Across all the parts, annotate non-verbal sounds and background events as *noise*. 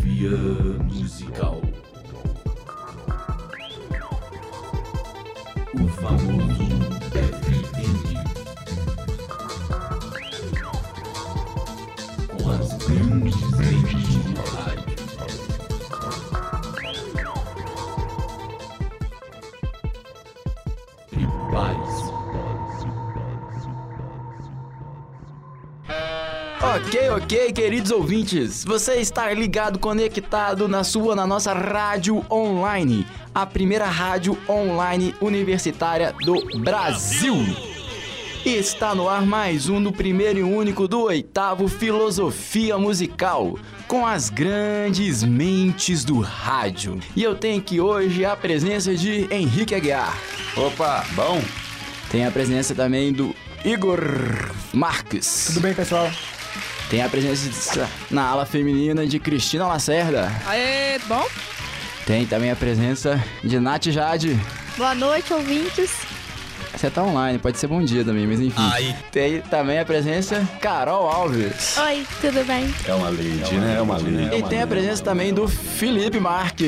Dia musical. O famoso FMD. Com as grandes redes do rádio. Tribais. Ok, ok, queridos ouvintes, você está ligado, conectado na sua, na nossa rádio online, a primeira rádio online universitária do Brasil. Está no ar mais um do primeiro e único do oitavo Filosofia Musical, com as grandes mentes do rádio. E eu tenho aqui hoje a presença de Henrique Aguiar. Opa, bom? Tem a presença também do Igor Marques. Tudo bem, pessoal? Tem a presença na ala feminina de Cristina Lacerda. Aê, tudo bom? Tem também a presença de Nath Jade. Boa noite, ouvintes. Você tá online, pode ser bom dia também, mas enfim. Ai. Tem também a presença Carol Alves. Oi, tudo bem? É uma lady, né? É uma lady. E tem a presença também do Felipe Marques.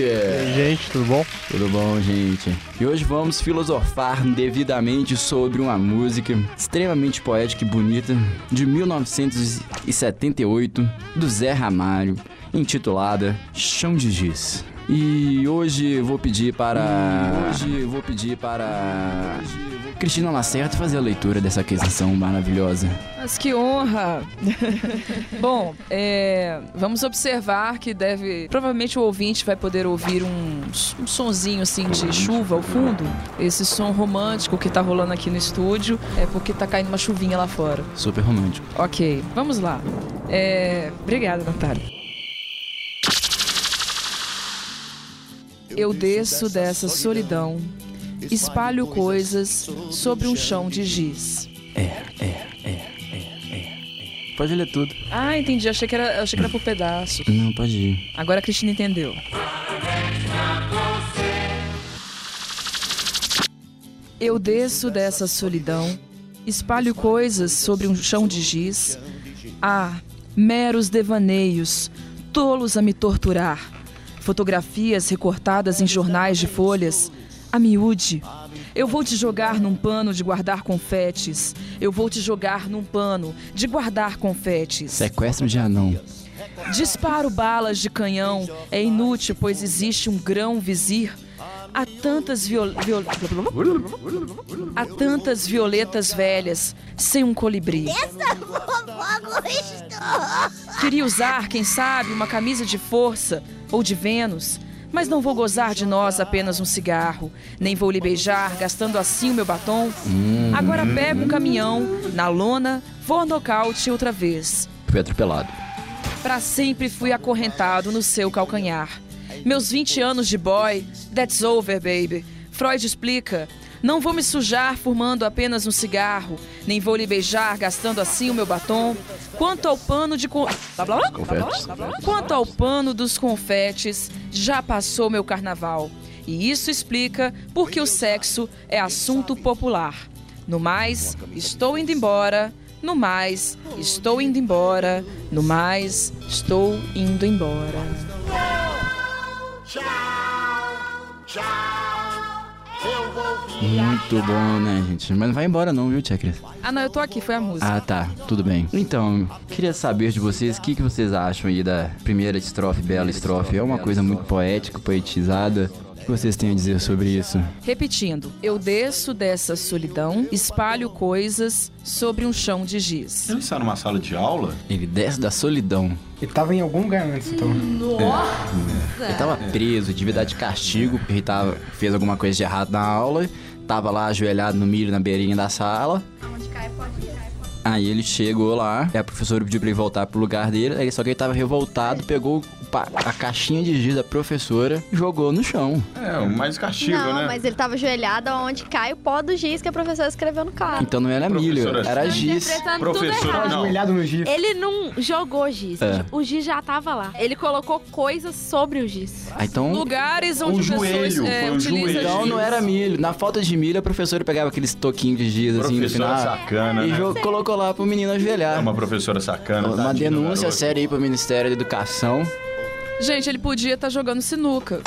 Gente, tudo bom? Tudo bom, gente? E hoje vamos filosofar devidamente sobre uma música extremamente poética e bonita de 1978 do Zé Ramalho, intitulada Chão de Giz. E hoje eu vou pedir para. Hoje eu vou pedir para. Cristina Lacerda fazer a leitura dessa aquisição maravilhosa. Mas que honra! *laughs* bom, é, vamos observar que deve. Provavelmente o ouvinte vai poder ouvir um, um sonzinho assim de chuva ao fundo. Esse som romântico que tá rolando aqui no estúdio é porque tá caindo uma chuvinha lá fora. Super romântico. Ok, vamos lá. É, Obrigada, Natália. Eu desço dessa solidão, espalho coisas sobre um chão de giz. É, é, é, é, é. Pode ler tudo. Ah, entendi. Achei que era, achei que era por pedaço. Não, pode ir. Agora a Cristina entendeu. Eu desço dessa solidão, espalho coisas sobre um chão de giz. Ah, meros devaneios, tolos a me torturar. Fotografias recortadas em jornais de folhas, a miúde. Eu vou te jogar num pano de guardar confetes. Eu vou te jogar num pano de guardar confetes. Sequestro de anão. Disparo balas de canhão. É inútil, pois existe um grão vizir. Há tantas viol... viol- Há tantas violetas velhas sem um colibri. Queria usar, quem sabe, uma camisa de força ou de Vênus, mas não vou gozar de nós apenas um cigarro, nem vou lhe beijar gastando assim o meu batom. Agora pego um caminhão, na lona, vou ao nocaute outra vez. Fui atropelado. Pra sempre fui acorrentado no seu calcanhar. Meus 20 anos de boy, that's over, baby. Freud explica. Não vou me sujar fumando apenas um cigarro, nem vou lhe beijar gastando assim o meu batom. Quanto ao pano de con... Tá blá, blá, blá, Confetes. blá, blá, blá. Quanto ao pano dos confetes, já passou meu carnaval. E isso explica porque o sexo é assunto popular. No mais, estou indo embora. No mais, estou indo embora. No mais, estou indo embora. Hum. Muito bom, né, gente? Mas não vai embora não, viu, Tia Cris? Ah, não, eu tô aqui, foi a música. Ah, tá. Tudo bem. Então, queria saber de vocês o que, que vocês acham aí da primeira estrofe, bela estrofe. É uma coisa muito poética, poetizada. O que vocês têm a dizer sobre isso? Repetindo, eu desço dessa solidão, espalho coisas sobre um chão de giz. Ele está numa sala de aula? Ele desce da solidão. Ele tava em algum lugar antes, então. Hum. Ele tava preso, devia estar de castigo, porque ele tava, fez alguma coisa de errado na aula. Tava lá ajoelhado no milho, na beirinha da sala. Aí ele chegou lá, e a professora pediu pra ele voltar pro lugar dele, aí só que ele tava revoltado, pegou o pa- a caixinha de giz da professora e jogou no chão. É, o mais castigo, não, né? mas ele tava ajoelhado onde cai o pó do giz que a professora escreveu no quadro. Então não era milho, Professora, era giz. interpretando tudo Professora, errado. não. Ajoelhado no gif. Ele não jogou giz. É. O giz já tava lá. Ele colocou coisas sobre o giz. Ah, então, Um Lugares O onde pessoas Um joelho, é, foi o utilizam joelho. então giz. não era milho. Na falta de milho, a professora pegava aqueles toquinhos de giz assim no Professora final sacana, e né? jo- colocou lá pro menino É ajoelhar. uma professora sacana. Uma tadinho do denúncia garoto. séria aí pro Ministério da Educação. Gente, ele podia estar jogando sinuca.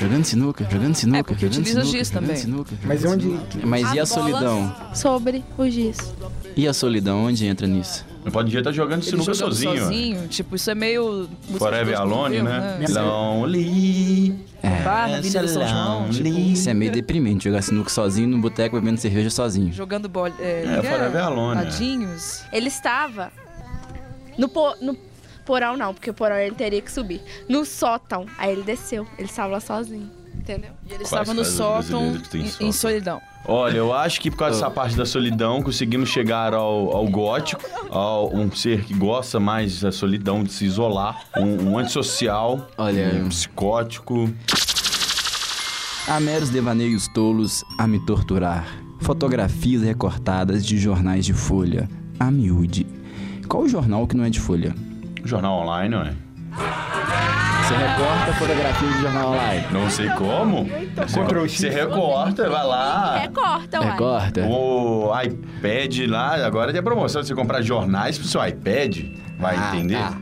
Jogando sinuca, jogando sinuca. É, porque jogando utiliza sinuca, giz jogando também. sinuca, Mas jogando onde- sinuca. Mas e a As bolas- solidão? Sobre o giz. E a solidão, onde entra nisso? Não pode estar jogando Ele sinuca jogando sozinho. né? sozinho. Tipo, isso é meio. música de Forever dois Alone, mil, né? né? Lonely. Bar, Avenida São João, tipo, É. Isso é meio deprimente, jogar sinuca sozinho no boteco bebendo cerveja sozinho. jogando bola. É, É, Forever Alone, é. Tadinhos. Ele estava no, po, no porão, não, porque o porão ele teria que subir. No sótão. Aí ele desceu. Ele estava lá sozinho. Entendeu? E ele Quais estava no fazem sótão, brasileiros que tem em- sótão? em solidão. Olha, eu acho que por causa dessa parte da solidão conseguimos chegar ao, ao gótico, ao um ser que gosta mais da solidão, de se isolar, um, um antissocial, Olha, um psicótico. Há meros devaneios tolos a me torturar. Fotografias recortadas de jornais de folha. A miúde. Qual o jornal que não é de folha? Jornal online, ué. Você recorta fotografias de jornal online. Não sei como. Ctrl X. Você recorta, vai lá. Recorta, é. uai. Recorta? O iPad lá, agora tem a promoção de você comprar jornais pro seu iPad. Vai Ah, entender? tá.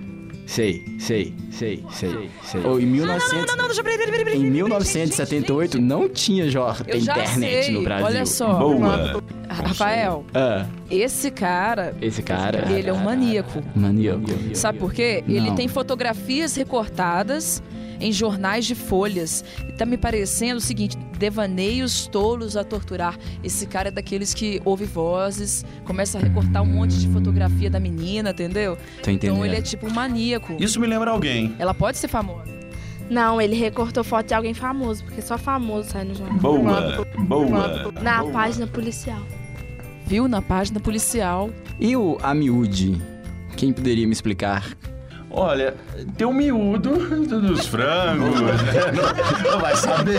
Sei, sei, sei, sei, sei. Ou em 1900... Não, não, deixa, peraí, peraí, peraí, peraí, Em peraí, 1978 não tinha jor... Eu já internet sei. no Brasil. Olha só. Boa. Rafael, Ah, esse cara, esse cara. ele é um maníaco. Maníaco. Sabe por quê? Não. Ele tem fotografias recortadas em jornais de folhas. Tá me parecendo o seguinte: devaneios tolos a torturar. Esse cara é daqueles que ouve vozes, começa a recortar um monte de fotografia da menina, entendeu? Tô entendendo. Então ele é tipo um maníaco. Isso me lembra alguém. Ela pode ser famosa. Não, ele recortou foto de alguém famoso, porque só famoso sai no jornal. Boa. Boa. Na página policial. Viu na página policial. E o Amiúde? Quem poderia me explicar? Olha, tem o miúdo dos *laughs* frangos. né? não, não vai saber.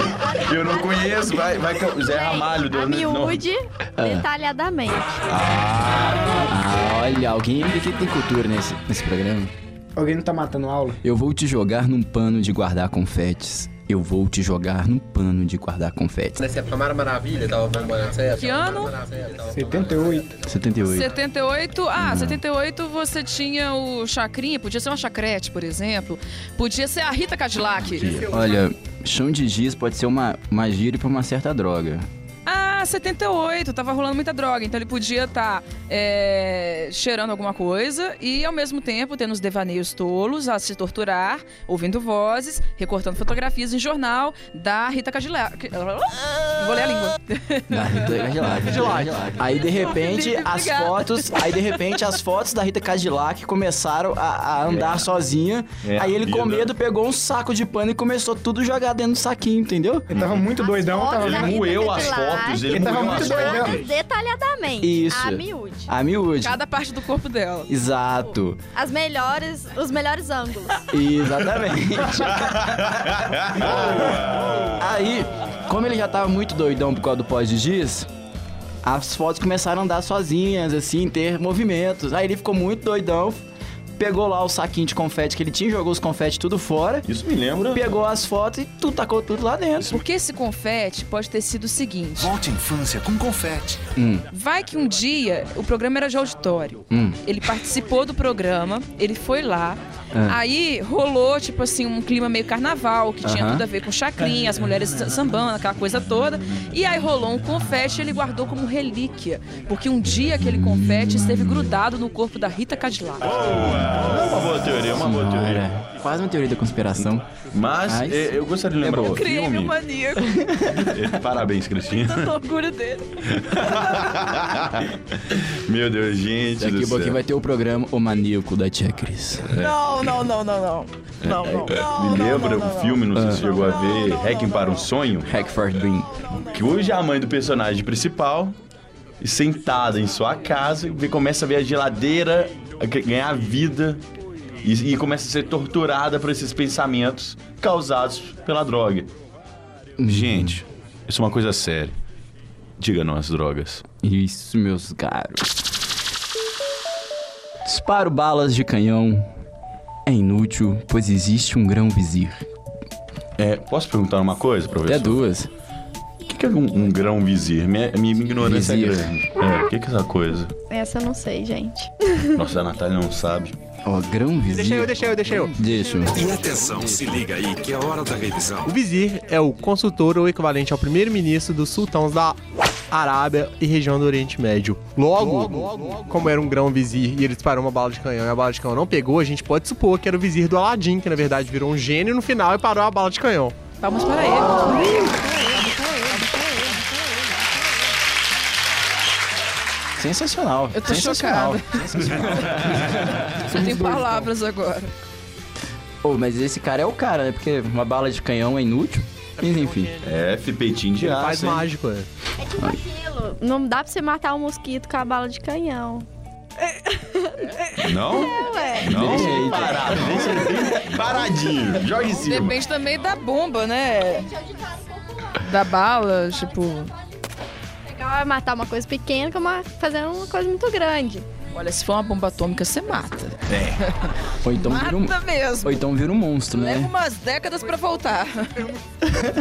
Eu não conheço. Vai, vai que é o Zé Ramalho. do- A miúde, É. detalhadamente. Ah, olha, alguém que tem cultura nesse, nesse programa. Alguém não tá matando aula? Eu vou te jogar num pano de guardar confetes. Eu vou te jogar num pano de guardar confetes. Essa é a Tamara Maravilha, tava falando É, tá, Que ano? 78. tá 78. 78, ah, 78 você tinha o Chacrinha, podia ser uma Chacrete, por exemplo. Podia ser a Rita Cadillac. Olha, chão de giz pode ser uma, uma gíria pra uma certa droga. Ah, 78, tava rolando muita droga, então ele podia estar cheirando alguma coisa e ao mesmo tempo tendo os devaneios tolos a se torturar, ouvindo vozes, recortando fotografias em jornal da Rita Cadillac. ah, Vou ler a língua. Da Rita Cadillac. Aí de repente as Obrigada. fotos, aí de repente as fotos da Rita Cadillac começaram a, a andar sozinha. É, aí ele com vida. medo pegou um saco de pano e começou tudo jogar dentro do saquinho, entendeu? Ele tava muito doidão, fotos tava da Ele Rita moeu as Cadillac. fotos. Ele Ele tava moeu muito as doidão. fotos. Todas detalhadamente. Isso. A miúde. A miúde. Cada parte do corpo dela. Exato. As melhores, os melhores ângulos. Exatamente. Aí, como ele já tava muito doidão por causa do pós de giz, as fotos começaram a andar sozinhas, assim, ter movimentos. Aí ele ficou muito doidão, pegou lá o saquinho de confete que ele tinha, jogou os confetes tudo fora, Isso me lembra. pegou as fotos e tudo tacou tudo lá dentro. Porque esse confete pode ter sido o seguinte: Volte à infância com confete. vai que um dia o programa era de auditório. Hum. Ele participou do programa, ele foi lá. É. Aí rolou, tipo assim, um clima meio carnaval, que tinha Aham. tudo a ver com chacrinha, as mulheres sa- sambando, aquela coisa toda. E aí rolou um confete e ele guardou como relíquia. Porque um dia aquele confete esteve grudado no corpo da Rita Cadillac. É uma boa teoria, uma boa teoria. Cara, quase uma teoria da conspiração. Mas Mas- é eh, eu gostaria de lembrar Eu um Criei meu filme. maníaco, Eh, Parabéns, Cristina. *laughs* tanto orgulho dele. Meu Deus, gente. Daqui do a pouquinho céu. vai ter o programa O Maníaco da Tia Cris. Não, não, não, não, não. Não, não. Me lembra um filme, não sei se chegou a ver, Hacking para um Sonho, Hack for Dream. que hoje a mãe do personagem principal, sentada em sua casa, vê- começa a ver a geladeira a g- ganhar vida e, e começa a ser torturada por esses pensamentos causados pela droga. Gente, isso é uma coisa séria. Diga não às drogas. Isso, meus caros. Disparo balas de canhão. É inútil, pois existe um grão vizir. É, posso perguntar uma coisa, Até professor? duas. O que que é um, um grão vizir? Minha, minha ignorância Vizir. é grande. É, o que que é essa coisa? Essa eu não sei, gente. Nossa, a Natália não sabe. Ó, grão vizir. Deixa eu, deixa eu, deixa eu. Deixa. E atenção, se liga aí que é hora da revisão. O vizir é o consultor ou equivalente ao primeiro-ministro dos sultãos da Arábia e região do Oriente Médio. Logo, como era um grão vizir e ele disparou uma bala de canhão e a bala de canhão não pegou, a gente pode supor que era o vizir do Aladim, que na verdade virou um gênio no final e parou a bala de canhão. Palmas para ele. Sensacional. Eu tô sensacional. chocada. Sensacional. Eu tenho palavras agora. Ô, mas esse cara é o cara, né? Porque uma bala de canhão é inútil. Mas enfim. É, fi, peitinho de Ele aço. faz hein? mágico, é. É tipo aquilo. Não dá pra você matar um mosquito com a bala de canhão. Não? *laughs* Ué. Não? Deixa aí, Parado, deixa ele bem paradinho. Joga em cima. Depende também da bomba, né? Da bala, tipo. Legal é matar uma coisa pequena como a- fazer uma coisa muito grande. Olha, se for uma bomba atômica, você mata. Ou então vira um. Mata mesmo. Ou então vira um monstro, Leva né? umas décadas pra voltar.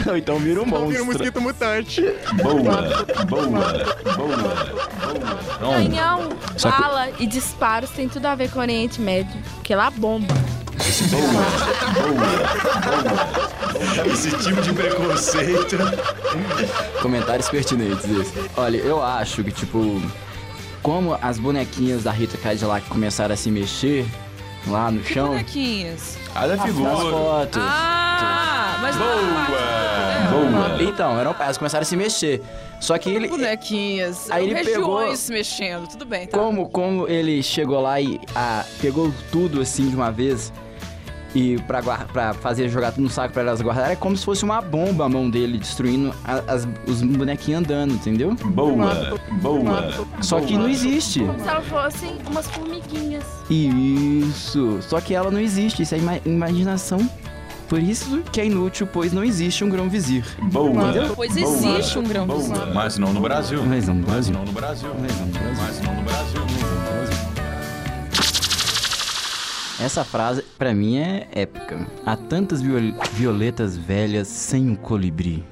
Ou então vira um Vira um monstro. mosquito mutante. Boa, boa, boa, boa. Não. Canhão, Só que- bala e disparos tem tudo a ver com o Oriente Médio. Porque lá bomba. Esse tipo de preconceito. um Comentários pertinentes esse. Olha, eu acho que, tipo, como as bonequinhas da Rita Cadillac começaram a se mexer lá no chão, Bonequinhas. A da as figura. fotos. Ah, mas Boa, não boa. Então, eram, elas começaram a se mexer. Só que ele. Bonequinhas. Aí ele regiões mexendo. Tudo bem, tá? Como, como ele chegou lá e ah, pegou tudo assim de uma vez e pra, guar- pra fazer jogar tudo no saco pra elas guardarem, é como se fosse uma bomba a mão dele, destruindo a- as- os bonequinhos andando, entendeu? Boa, boa. Só que não existe. Se elas fossem umas formiguinhas. Isso. Só que ela não existe, isso é ima- imaginação. Por isso que é inútil, pois não existe um grão vizir. Boa. Pois existe um grão vizir. Boa. Mas não no Brasil. Mas não no Mas Brasil. não no Brasil. Mas não no Brasil. Mas não no Brasil. Essa frase, pra mim, é épica. Há tantas viol- violetas velhas sem um colibri.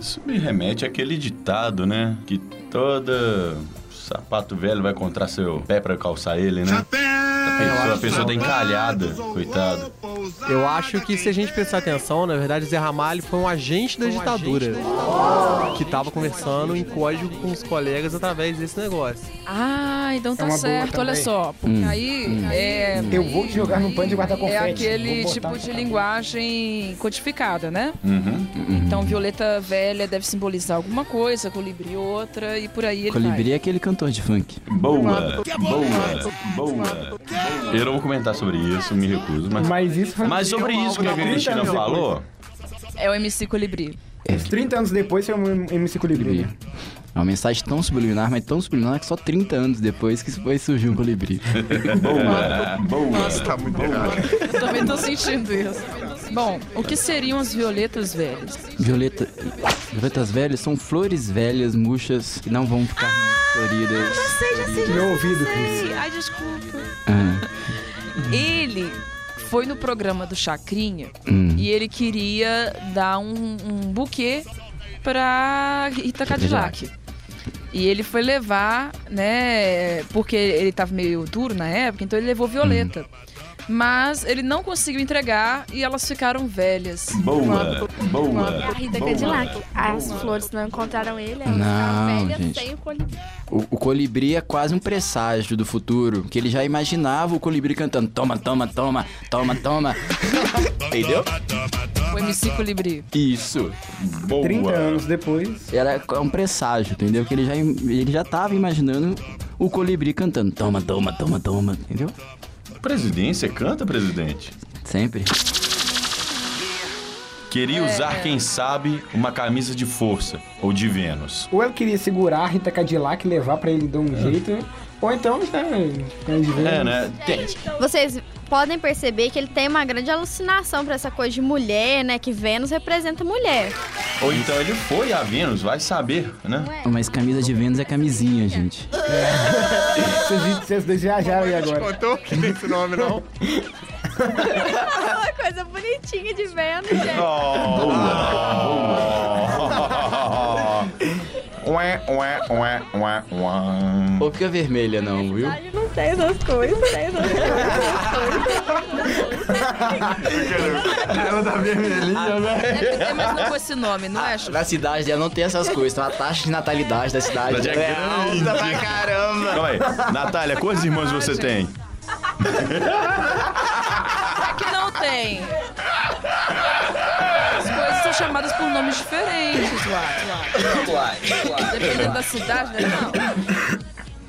Isso me remete àquele ditado, né? Que toda sapato velho vai encontrar seu pé pra calçar ele, né? A pessoa, a pessoa tá encalhada, coitado. Eu acho que se a gente prestar atenção, na verdade, Zé Ramalho foi um agente da ditadura que tava conversando em código com os colegas através desse negócio. Ah, então tá uma boa certo, olha também. só. Porque Hum, aí é. Eu vou te jogar no pano de guardar confete. É Vou aquele botar tipo no de saco. linguagem codificada, né? Uhum. Então, violeta velha deve simbolizar alguma coisa, colibri outra, e por aí ele Colibri é aquele cantor de funk. Boa, boa, boa. Eu não vou comentar sobre isso, me recuso, mas. Mas isso foi Mas sobre isso que a Cristina falou, vai. É o MC Colibri. Uns 30 anos depois foi um MC Colibri. né? É uma mensagem tão subliminar, mas tão subliminar que só 30 anos depois que foi surgiu o colibri. boa, boa. Tá muito errado. Eu também tô sentindo isso. Bom, o que seriam as violetas velhas? Violeta... Violetas velhas são flores velhas, murchas, que não vão ficar floridas. Meu ouvido, Cris. Ai, desculpa. Ah, É. Ele foi no programa do Chacrinha hum. e ele queria dar um, um buquê pra Rita Cadillac. E ele foi levar, né? Porque ele tava meio duro na época, então ele levou violeta. Mas ele não conseguiu entregar e elas ficaram velhas. Boa, boa. A Rita Cadillac. As flores não encontraram ele. Ela Não, não, velha gente. sem o colibri. O, o colibri é quase um presságio do futuro, que ele já imaginava o colibri cantando toma, toma, toma, toma, toma. Entendeu? O MC Colibri. Isso. Boa. 30 anos depois. Era um presságio, entendeu? Que ele já, im- ele já tava imaginando o colibri cantando toma, toma, toma, toma, entendeu? Presidência, canta, presidente. Sempre. Queria usar, quem sabe, uma camisa de força ou de Vênus. Ou ela queria segurar a Rita Cadillac e levar pra ele dar um jeito. Ou então já. quando de vez- É, né? Tem- Vocês podem perceber que ele tem uma grande alucinação pra essa coisa de mulher, né? Que Vênus *laughs* representa mulher. Ou então ele foi a Vênus, vai saber, né? Mas camisa de Vênus é camisinha, gente. Vocês, vocês dois viajaram aí agora. Contou que tem esse nome, não? Uma coisa bonitinha de Vênus, gente. Oh, boa, boa. ué, ué, ué, ué, ué. Ou fica é vermelha, não, viu? Não tem essas coisas, não tem essas Ela tá vermelhinha, Deve ter, mas não com esse nome, não é, Xuxa? Na cidade dela não tem essas coisas, então a taxa de natalidade da cidade Natália dela é alta pra caramba. Calma aí. Natália, quantos irmãos você tem? É que não tem. As coisas são chamadas por nomes diferentes, uai, uai. Dependendo da cidade, né? Não.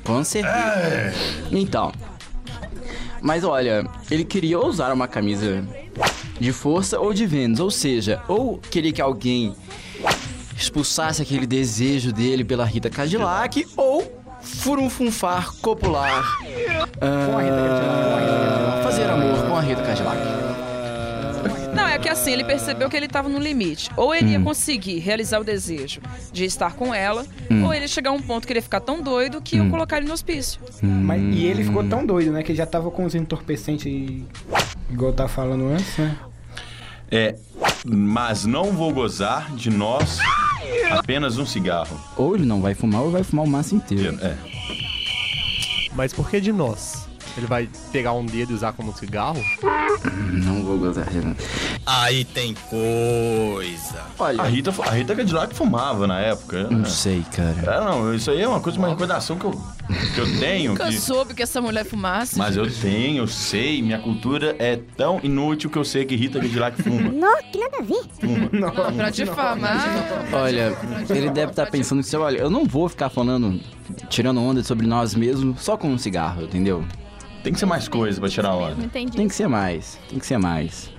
Com certeza. Então. Mas olha, ele queria usar uma camisa de força ou de Vênus, ou seja, ou queria que alguém expulsasse aquele desejo dele pela Rita Cadillac, ou furunfunfar, copular. com a Rita Cadillac. Fazer amor com a Rita Cadillac. Não, é que assim, ele percebeu que ele estava no limite. Ou ele ia conseguir realizar o desejo de estar com ela, ou ele ia chegar a um ponto que ele ia ficar tão doido que ia colocar ele no hospício. Mas, e ele ficou tão doido, né? Que ele já tava com os entorpecentes e... Igual eu tava falando antes, né? É, mas não vou gozar de nós apenas um cigarro. Ou ele não vai fumar, ou vai fumar o maço inteiro. É. Mas por que de nós? Ele vai pegar um dedo e usar como um cigarro? Não vou gozar. Aí tem coisa. Olha, A Rita, a Rita Cadillac fumava na época. não né? sei, cara. É, não, isso aí é uma coisa, uma recordação que eu, que eu tenho. Nunca que- soube que essa mulher fumasse. mas eu tenho, eu sei, minha cultura é tão inútil que eu sei que Rita Cadillac fuma. Não, que nada a ver. fuma. Não, pra difamar. Olha, ele deve estar pensando que, assim, olha, eu não vou ficar falando, tirando onda sobre nós mesmos só com um cigarro, entendeu? Tem que ser mais coisa pra tirar onda. Entendi. Tem que ser mais, tem que ser mais.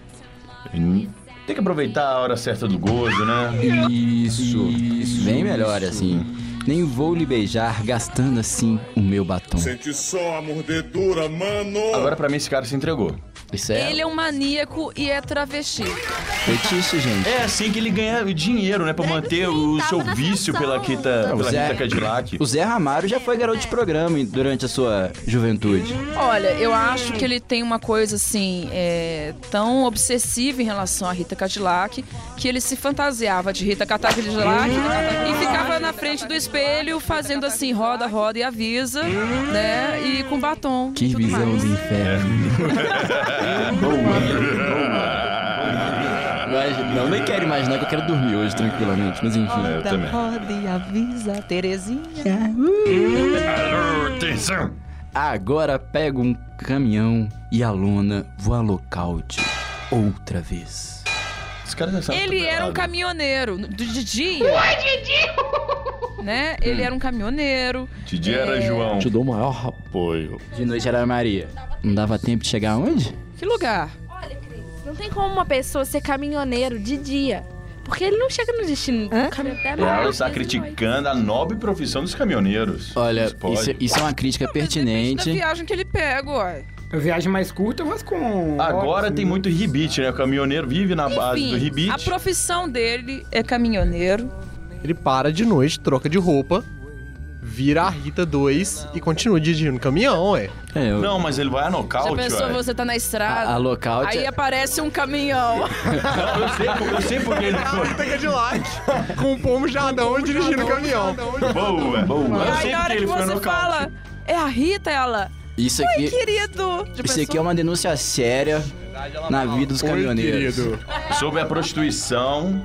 Tem que aproveitar a hora certa do gozo, né? Isso, isso. bem melhor assim. Nem vou lhe beijar gastando assim o meu batom. Sente só a mordedura, mano. Agora pra mim esse cara se entregou. Isso é Ele é um maníaco e é travesti. fetiche, gente. É assim que ele ganha o dinheiro, né? Pra manter o tava seu na vício pela, função. Ah, Rita, Não, pela Zé- é. Rita Cadillac. O Zé Ramário já foi garoto de programa em- durante a sua juventude. Olha, eu acho que ele tem uma coisa assim, é, tão obsessiva em relação a Rita Cadillac, que ele se fantasiava de Rita Cadillac e ficava na frente do espelho fazendo assim, roda, roda e avisa, né? E com batom. e Que tudo visão mais. do inferno. É. *laughs* Mas, não, nem quero imaginar que eu quero dormir hoje tranquilamente, mas enfim. tá É, eu também. Roda e avisa, Terezinha. Atenção! Agora pego um caminhão e a lona voa lockout outra vez. Esse cara já sabe Ele tudo era um errado. caminhoneiro do- de dia. Ué, Didi! Né? Hum. Ele era um caminhoneiro. Didi era É. João. dou o maior apoio. De noite era a Maria. Não dava tempo de chegar onde? Que lugar? Não tem como uma pessoa ser caminhoneiro de dia. Porque ele não chega no destino do caminho É, até Ela nove, está dez da noite. criticando a nobre profissão dos caminhoneiros. Olha, Isso pode. isso, isso é uma crítica Da pertinente. viagem que ele pega, ué. Viagem mais curta, mas com... Agora óculos, tem né? muito ribite, né? O caminhoneiro vive na base do Enfim, a ribite. profissão dele é caminhoneiro. Ele para de noite, troca de roupa, vira a Rita 2 e continua dirigindo o caminhão, ué. É, eu- Não, mas ele vai a Já nocaute, pensou, ué. você tá na a, a estrada, lockout. aí é- aparece um caminhão. Não, eu sei, eu sei porque ele foi. de Cadillac com um o pomo jardão dirigindo o caminhão. Boa, boa. Eu aí sei na porque hora que ele foi a você nocaute. fala, é a Rita, ela. Isso Oi, aqui, querido. Já isso aqui é pensou? uma denúncia séria na vida dos caminhoneiros. é. Sobre a prostituição.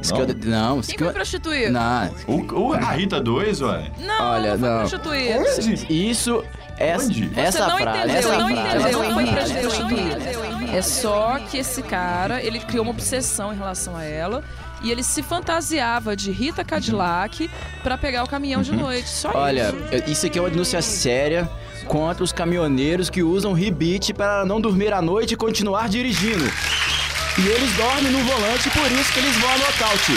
Isso que eu- não, isso Quem que foi eu, prostituído? não, O, o- a Rita 2, ué. Não, Olha, não foi não. prostituído. isso essa, Onde? Você essa não frase, entendeu, essa não frase, essa entendeu, não frase, entendeu, essa não frase. É só que esse cara, ele criou uma obsessão em relação a ela e ele se fantasiava de Rita Cadillac pra pegar o caminhão de noite. Só Uhum. Olha, isso. isso aqui é uma denúncia séria contra os caminhoneiros que usam ribite para não dormir à noite e continuar dirigindo. E eles dormem no volante, por isso que eles vão a nocaute.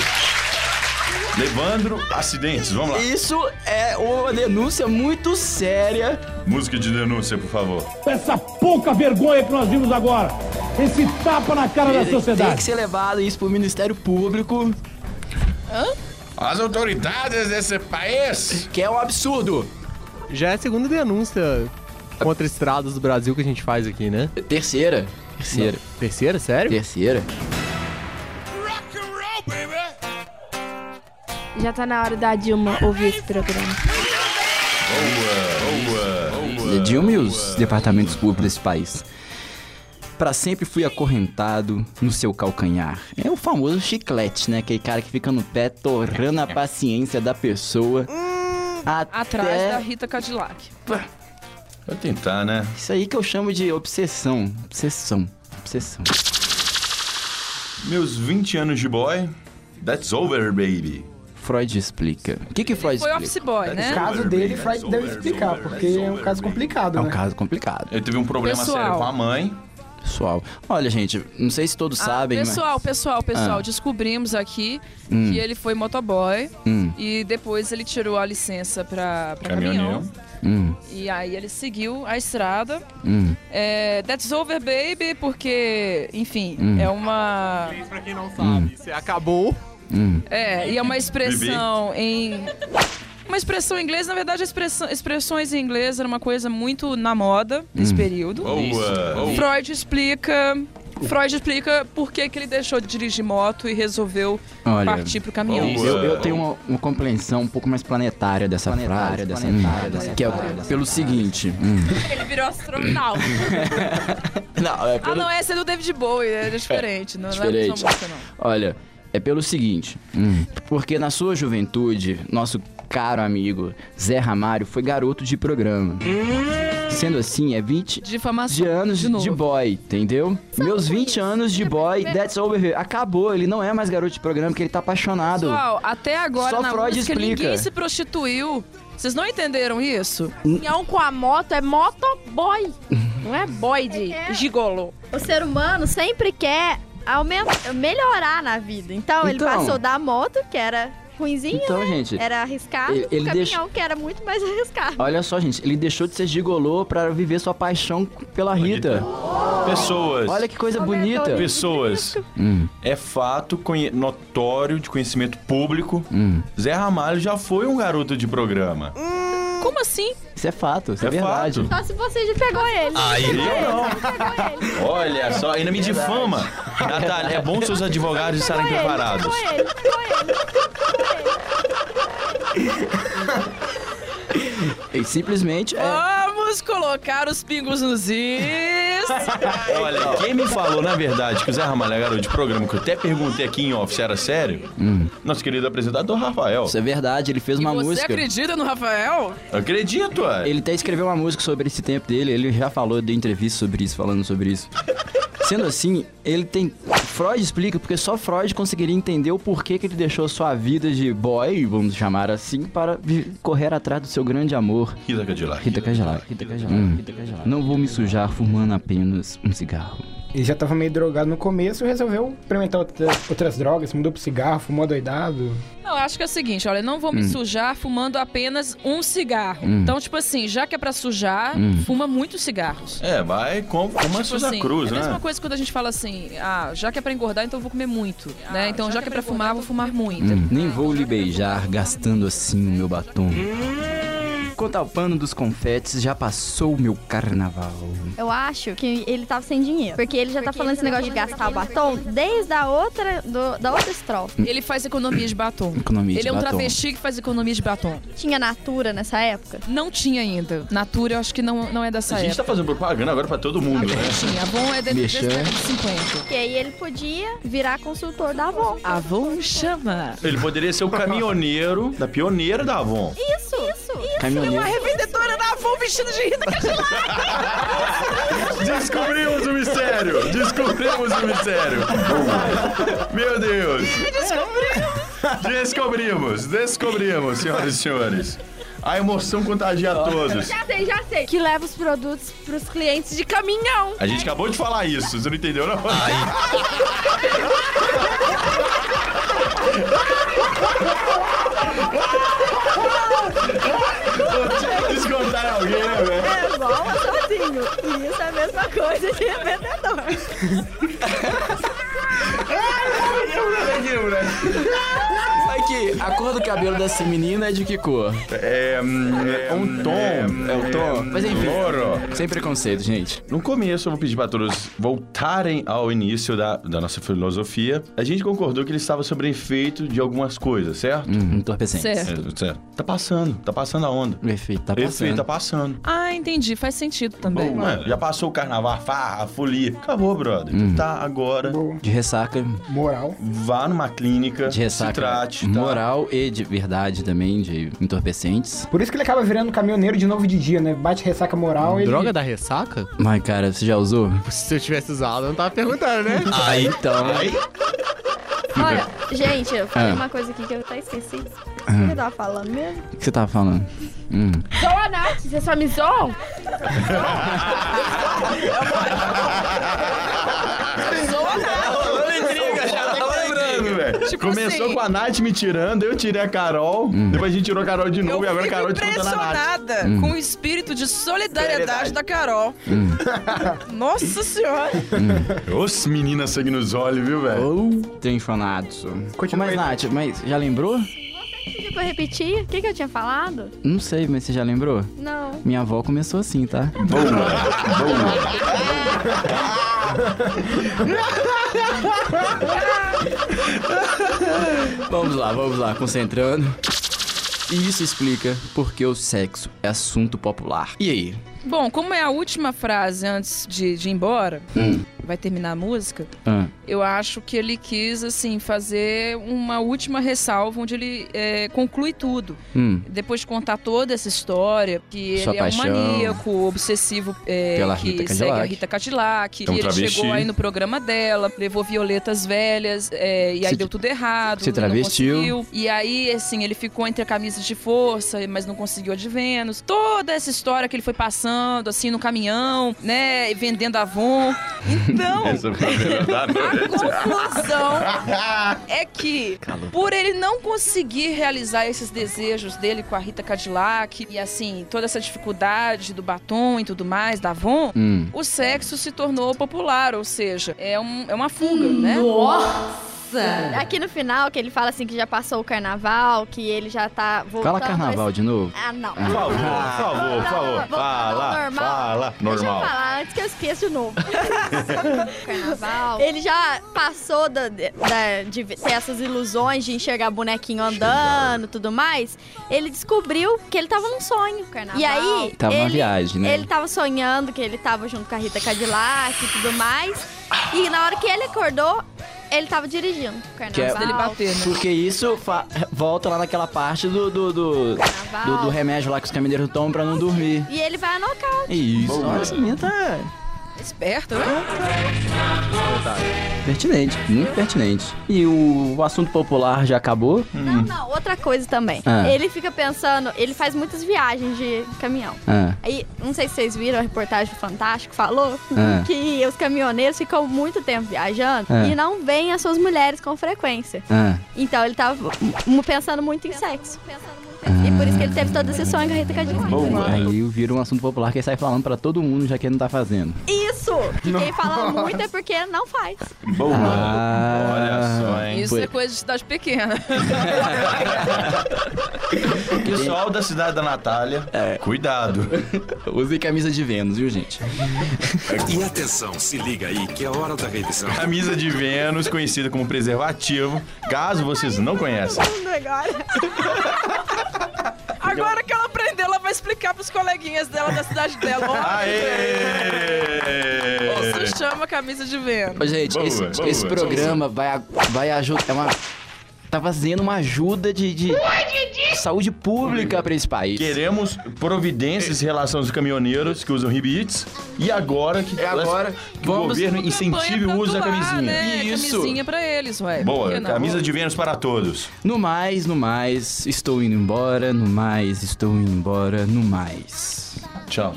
Levandro, acidentes, vamos lá. Isso é uma denúncia muito séria. Música de denúncia, por favor. essa pouca vergonha que nós vimos agora. Esse tapa na cara da Tem sociedade. que ser levado isso pro Ministério Público, As autoridades desse país. que é um absurdo. Já é a segunda denúncia contra estradas do Brasil que a gente faz aqui, né? Terceira. Terceira. Terceira, sério? Terceira. Já tá na hora da Dilma É ouvir esse programa. E Dilma e os departamentos públicos desse país. Pra sempre fui acorrentado no seu calcanhar. É o famoso chiclete, né? Aquele cara que fica no pé torrando a paciência da pessoa. até... Hum, Atrás da Rita Cadillac. Vou tentar, né? Isso aí que eu chamo de obsessão. Obsessão. Obsessão. Meus 20 anos de boy, that's over, baby. Freud explica. O que, que Freud Foi explica? office boy, né? O caso dele, Freud deve explicar, porque é um caso complicado, É um né? caso complicado. Eu tive um problema Pessoal. sério com a mãe. Pessoal. Olha, gente, não sei se todos sabem, mas... Ah, Pessoal, pessoal, pessoal, Ah. descobrimos aqui Hum. que ele foi motoboy Hum. e depois ele tirou a licença pra, pra Caminhoneiro. caminhão. Hum, E aí ele seguiu a estrada. hum. É, That's over, baby, porque, enfim, Hum. é uma. Pra quem não sabe, você acabou. É, e é uma expressão em. Uma expressão em inglês, na verdade, expressão, expressões em inglês era uma coisa muito na moda nesse Hum. período. Boa, boa. Freud explica. Freud explica por que, que ele deixou de dirigir moto e resolveu Olha, partir pro caminhão. Eu, eu tenho uma, uma compreensão um pouco mais planetária dessa frase, dessa, hum, que é pelo seguinte. hum. Ele virou astronauta. *laughs* Não, é *laughs* ah, pelo não, essa é do David Bowie, é diferente. não, não é a Diferente. mesma música, não. Olha, é pelo seguinte. Porque na sua juventude, nosso caro amigo Zé Ramário foi garoto de programa. Hum. Sendo assim, é 20 de anos de, boy, entendeu? Meus 20 anos de boy, that's over. Acabou, ele não é mais garoto de programa porque ele tá apaixonado. Pessoal, até agora Só na Freud música explica. ninguém se prostituiu. Vocês não entenderam isso? Hum. Caminhão com a moto é motoboy. Não é boy de gigolô. O ser humano sempre quer aumentar, melhorar na vida. Então, ele Então. passou da moto, que era ruinzinha, Então, né? gente, era arriscado, ele- pro ele caminhão, deixa- que era muito mais *laughs* arriscado. Olha só, gente, ele deixou de ser gigolô pra viver sua paixão pela Rita. Pessoas. Olha que coisa bonita. *laughs* Pessoas. Hum, É fato conhe- notório de conhecimento público. hum. Zé Ramalho já foi um garoto de programa. Como assim? Isso é fato, isso é, É verdade. Só se você já pegou ele. Aí eu não. Olha só, ainda me difama. Natália, é bom seus advogados estarem preparados. E simplesmente é. Ah. Vamos colocar os pingos nos is. Olha, quem me falou, na verdade, que o Zé Ramalho é garoto de programa, que eu até perguntei aqui em off se era sério, Hum. nosso querido apresentador Rafael. Isso é verdade, ele fez E uma você música. acredita no Rafael? Acredito, ué. Ele até escreveu uma música sobre esse tempo dele, ele já falou de entrevista sobre isso, falando sobre isso. Sendo assim, ele tem. Freud explica porque só Freud conseguiria entender o porquê que ele deixou sua vida de boy, vamos chamar assim, para vi- correr atrás do seu grande amor. Rita Cadillac. Rita Cadillac. Hum. Não vou me sujar fumando apenas um cigarro. Ele já tava meio drogado no começo, resolveu experimentar outra- outras drogas, mudou pro cigarro, fumou doidado. Não, eu acho que é o seguinte, olha, eu não vou me Hum. sujar fumando apenas um cigarro. Hum. Então, tipo assim, já que é pra sujar, Hum. fuma muitos cigarros. É, vai com, com uma Tipo Souza assim, Cruz, é a mesma né? coisa quando a gente fala assim, ah, já que é pra engordar, então eu vou comer muito, né? Então, já, que é pra fumar, eu vou fumar muito. Hum, nem vou lhe beijar gastando assim o meu batom. Quanto ao pano dos confetes, já passou o meu carnaval. Eu acho que ele tava sem dinheiro. Porque ele já tá falando esse negócio de gastar o batom desde a outra, do- da outra estrofe. Hum. Ele faz economia de batom. Economia Ele de é um batom. travesti que faz economia de batom. Tinha Natura nessa época? Não tinha ainda. Natura eu acho que não, não é dessa A gente época. tá fazendo propaganda agora pra todo mundo, né? A Avon é de Merchan. desde a década de 50. Porque aí ele podia virar consultor da Avon. Avon chama. Ele poderia ser o caminhoneiro da pioneira da Avon. Isso, isso, isso. É Caminhoneiro. Uma revendedora da Avon vestida de Rita Descobrimos o mistério! Descobrimos o mistério! Meu Deus! É, Descobrimos! Descobrimos, senhoras e senhores! A emoção contagia a todos. Já sei, já sei. Que leva os produtos pros clientes de caminhão. A gente acabou de falar isso, você não entendeu, não? Descontar alguém, né, velho? É bom, é sozinho. E isso é a mesma coisa de vendedor. Aqui, moleque. Aqui, É A cor do cabelo dessa menina é de que cor? É. um tom. É um tom. Mas enfim. Louro. Sem preconceito, gente. No começo, eu vou pedir para todos voltarem ao início da, da nossa filosofia. A gente concordou que ele estava sobre efeito de algumas coisas, certo? Hum, entorpecente. Certo. É, certo. Tá passando, tá passando a onda. O efeito tá Efeito tá passando. Ah, entendi. Faz sentido também. Bom, mano, já passou o carnaval, a farra, a folia. Acabou, brother. Hum. Tá agora. De ressaca. Moral. Vá numa clínica, De ressaca. se trate. tá? moral e de verdade também, de entorpecentes. Por isso que ele acaba virando caminhoneiro de novo de dia, né? Bate ressaca moral e. Droga da ressaca? Mas, cara, você já usou? Se eu tivesse usado, eu não tava perguntando, né? Ah, *laughs* então. Olha, gente, eu falei Ah. uma coisa aqui que eu até esqueci. O que eu tava falando mesmo? O que você tava falando? Hum. Sou a Nath, você só me zoam? Lembrando, tá velho. Começou com a Nath me tirando, eu tirei a Carol, depois a gente tirou a Carol de novo e agora a Fico Carol tirou a Nath. impressionada Hum. com o espírito de solidariedade da Carol. *laughs* Nossa senhora! Os meninas sangue nos olhos, viu, velho? Ou tensionados. Mas, Nath, mas já lembrou? Pediu pra eu repetir? O que, que eu tinha falado? Não sei, mas você já lembrou? Não. Minha avó começou assim, tá? Vamos lá, vamos lá, concentrando. E isso explica porque o sexo é assunto popular. E aí? Bom, como é a última frase antes de, de ir embora, vai terminar a música, Ah, eu acho que ele quis, assim, fazer uma última ressalva onde ele eh, conclui tudo. hum. Depois de contar toda essa história, que Sua ele paixão. é um maníaco, obsessivo, é, Pela que Rita segue a Cadillac. Rita Cadillac, É um e ele travesti. chegou aí no programa dela, levou violetas velhas, é, e aí Se- deu tudo errado. né, se não travestiu. conseguiu. E aí, assim, ele ficou entre a camisa de força, mas não conseguiu a de Vênus. Toda essa história que ele foi passando, assim, no caminhão, né, e *laughs* vendendo Avon. Então, É Essa foi a verdade. conclusão é que, por ele não conseguir realizar esses desejos dele com a Rita Cadillac e assim, toda essa dificuldade do batom e tudo mais, da Avon, Hum. o sexo se tornou popular, ou seja, é, um- é uma fuga, né? Nossa! Aqui no final, que ele fala assim que já passou o carnaval, que ele já tá voltando. Fala carnaval de novo. Ah, não. Por favor, por favor, por favor. Fala, normal. fala. Deixa eu Normal. falar antes que eu esqueça *laughs* de novo. Carnaval. Ele já passou da, da- de ter essas ilusões de enxergar bonequinho andando tudo mais. Ele descobriu que ele tava num sonho. Carnaval. E aí. Tava numa ele- viagem, né? Ele tava sonhando que ele tava junto com a Rita Cadillac e tudo mais. E na hora que ele acordou, ele tava dirigindo. Carnaval. Que é- né? Porque isso fa- volta lá naquela parte do do, do, Carnaval. do- do remédio lá que os caminhoneiros tomam pra não dormir. E ele vai anocar. E É isso, Boa. olha, essa menina tá Esperto, né? pertinente, muito pertinente. E o, o assunto popular já acabou? Não, não, outra coisa também. Hum. Ah. Ele fica pensando, ele faz muitas viagens de caminhão. Ah. Aí, não sei se vocês viram a reportagem do Fantástico, falou Ah. que os caminhoneiros ficam muito tempo viajando Ah. e não veem as suas mulheres com frequência. Ah. Então ele tava mu- pensando muito em sexo. Ah. E por isso que ele teve todo esse sonho com a Rita Cadillac. Aí vira um assunto popular que ele sai falando pra todo mundo já que ele não tá fazendo. Isso! Que quem fala *laughs* muito é porque não faz. Boa. Ah. Olha só, hein? Isso é coisa de cidade pequena. Pessoal da cidade da Natália, É. cuidado. Use camisa de Vênus, viu, gente? E atenção, se liga aí que é hora da revisão. Camisa de Vênus, conhecida como preservativo, caso vocês não conheçam. agora. *laughs* Agora que ela aprendeu, ela vai explicar pros coleguinhas dela da cidade dela. Ó, Aê! Isso chama camisa de vento. Ô, gente, Boa, esse, boa. esse programa vai, vai ajudar. É uma. Tá fazendo uma ajuda de, de saúde pública pra esse país. Queremos providências em relação aos caminhoneiros que usam ribetes. E agora que, É agora. que o governo incentive o uso da camisinha. né? Isso. Camisinha pra eles, ué. Por que Boa, não? camisa de Vênus para todos. No mais, no mais, estou indo embora, no mais, estou indo embora, no mais. Tchau.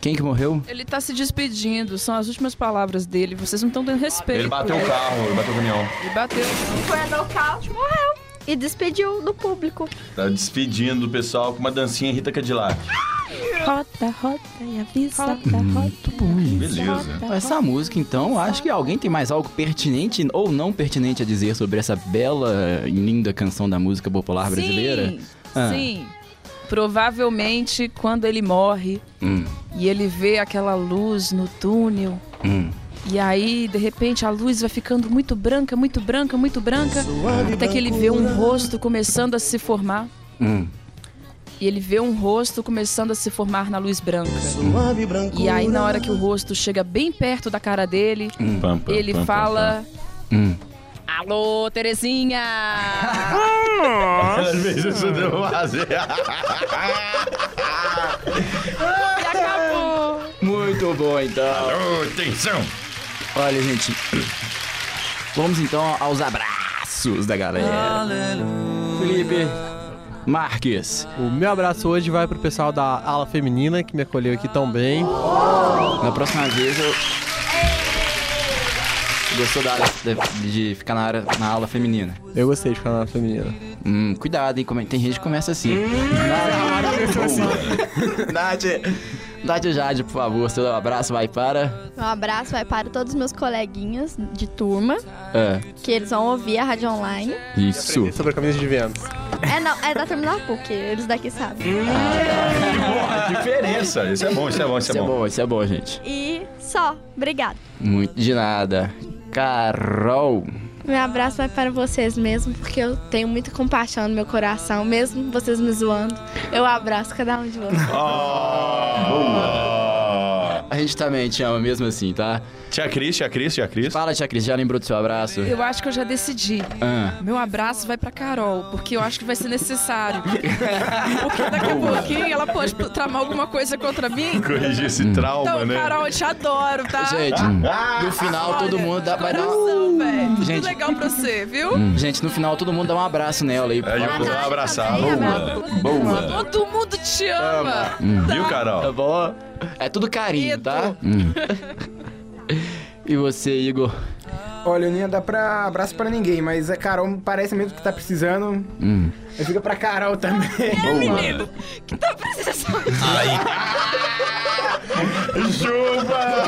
Quem que morreu? Ele tá se despedindo, são as últimas palavras dele. Vocês não estão tendo respeito. Ele bateu o carro, ele bateu o caminhão. Ele bateu. Foi a nocaute, morreu. E despediu do público. Tá despedindo do pessoal com uma dancinha Rita Cadillac. Roda, roda e avisa. Roda, Muito bom. isso. Beleza. Com Essa música, então, acho que alguém tem mais algo pertinente ou não pertinente a dizer sobre essa bela e linda canção da música popular brasileira? Sim, Ah, sim. Provavelmente quando ele morre hum, e ele vê aquela luz no túnel. hum. E aí, de repente, a luz vai ficando muito branca, muito branca, muito branca. Até que ele vê um rosto começando a se formar. Hum. E ele vê um rosto começando a se formar na luz branca. E aí, na hora que o rosto chega bem perto da cara dele, Hum. Pam, pam, ele pam, pam, fala: Hum. Alô, Terezinha! *laughs* Às vezes isso deu pra fazer. e acabou! Muito bom, então. Alô, atenção! Olha, gente. Vamos então aos abraços da galera. Felipe Marques. *laughs* O meu abraço hoje vai pro pessoal da ala feminina que me acolheu aqui tão bem. Na próxima vez eu. Gostou da área de, de ficar na, área, na aula feminina? Eu gostei de ficar na aula feminina. Hum, cuidado, hein? come- Tem gente que começa assim. *laughs* Nath, Nath Jade, por favor, seu abraço vai para. Um abraço vai para todos os meus coleguinhas de turma, É, que eles vão ouvir a rádio online. isso. Sobre a camisa de Vênus. É, não, é da Terminal PUC, eles daqui sabem. A diferença. Isso é bom, isso é bom, isso é Isso é bom. bom, isso é bom, gente. E só, obrigado. Muito de nada. Carol. Meu abraço vai para vocês mesmo, porque eu tenho muita compaixão no meu coração, mesmo vocês me zoando. Eu abraço cada um de vocês. Ah. Boa. A gente também te ama mesmo assim, tá? Tia Cris, tia Cris, tia Cris. Fala, tia Cris, já lembrou do seu abraço? Eu acho que eu já decidi. Ah. Meu abraço vai pra Carol, porque eu acho que vai ser necessário. Porque daqui a pouquinho ela pode tramar alguma coisa contra mim. Corrigir esse Hum. trauma, Então, né? Carol, eu te adoro, tá? Gente, hum, no final todo mundo dá, vai dar uma- Coração, velho. Gente. Tudo legal pra você, viu? Hum, Gente, no final todo mundo dá um abraço nela aí. A gente precisa abraçar. Boa. Boa. Todo mundo te ama. Viu, Carol? Tá bom? É tudo carinho, tá? Hum. *laughs* E você, Igor? Olha, eu não ia dar pra abraço pra ninguém, mas a Carol parece mesmo que tá precisando. Hum. Eu fico pra Carol também. menino, que tá precisando. Chupa!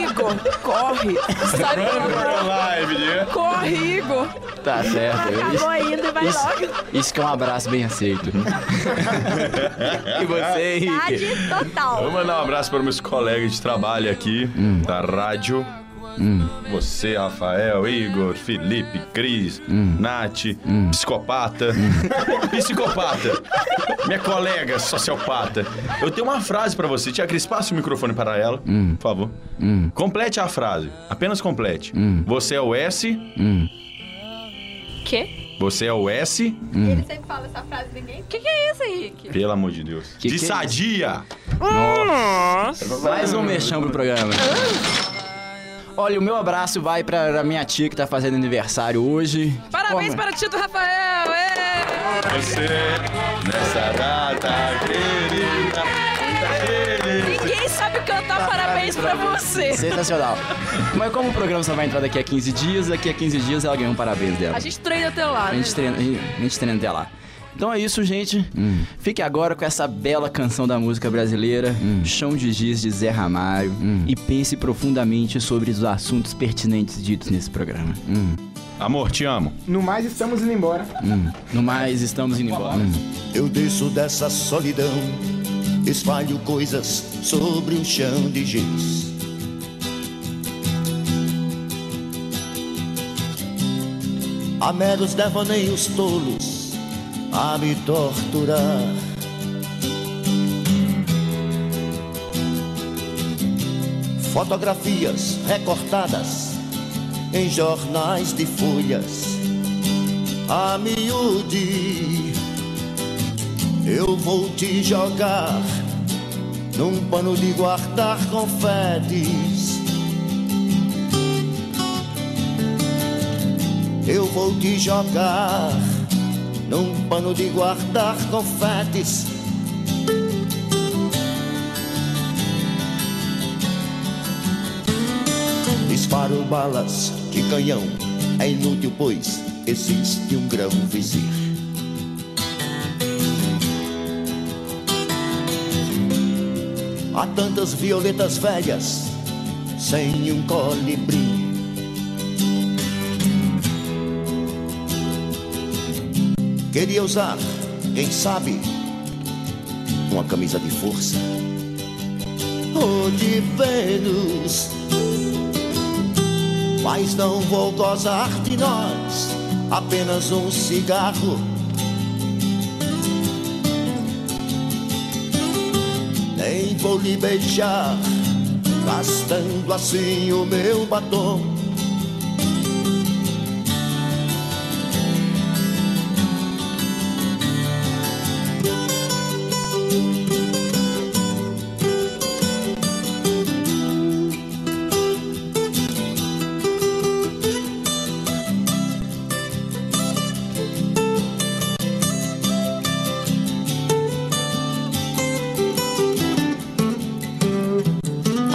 Igor, corre. Sai Vamos pra live, né? Corre, Igor. Tá certo. Acabou ainda, vai isso, logo. Isso que é um abraço bem aceito. e você, Tarde Henrique? total. Vou mandar um abraço para meus colegas de trabalho aqui Hum. da rádio. Você, Rafael, Igor, Felipe, Cris, Hum. Nath, psicopata. *laughs* Psicopata. Minha colega sociopata. Eu tenho uma frase para você. Tia Cris, passa o microfone para ela, Hum. por favor. Complete a frase. Apenas complete. Hum. Você é o S. Quê? Você é o S. Ele sempre fala essa frase, ninguém. O que, que é isso, Henrique? Pelo amor de Deus. Que de que é sadia. Mais um merchan pro programa. Olha, o meu abraço vai pra minha tia que tá fazendo aniversário hoje. é? Parabéns para o Tito Rafael. ê! Você, nessa data querida, querida. Ninguém sabe Tá, cantar parabéns pra você. Sensacional. Mas como o programa só vai entrar daqui a 15 dias, daqui a 15 dias ela ganhou um parabéns dela. A gente treina até lá, A né? gente treina, a gente, a gente treina até lá. Então é isso, gente. Fique agora com essa bela canção da música brasileira, Chão de Giz de Zé Ramalho, e pense profundamente sobre os assuntos pertinentes ditos nesse programa. Amor, te amo. No mais, estamos indo embora. Hum. No mais, estamos indo embora. Eu desço dessa solidão, espalho coisas sobre um chão de giz. Há meros devaneios tolos a me torturar. Fotografias recortadas em jornais de folhas a miúde. Eu vou te jogar num pano de guardar confetes. Eu vou te jogar num pano de guardar confetes. Disparo balas de canhão, é inútil, pois existe um grão vizir. Há tantas violetas velhas sem um colibri. Queria usar, quem sabe, uma camisa de força ou de Vênus. Mas não vou gozar de nós, apenas um cigarro. Nem vou lhe beijar, gastando assim o meu batom.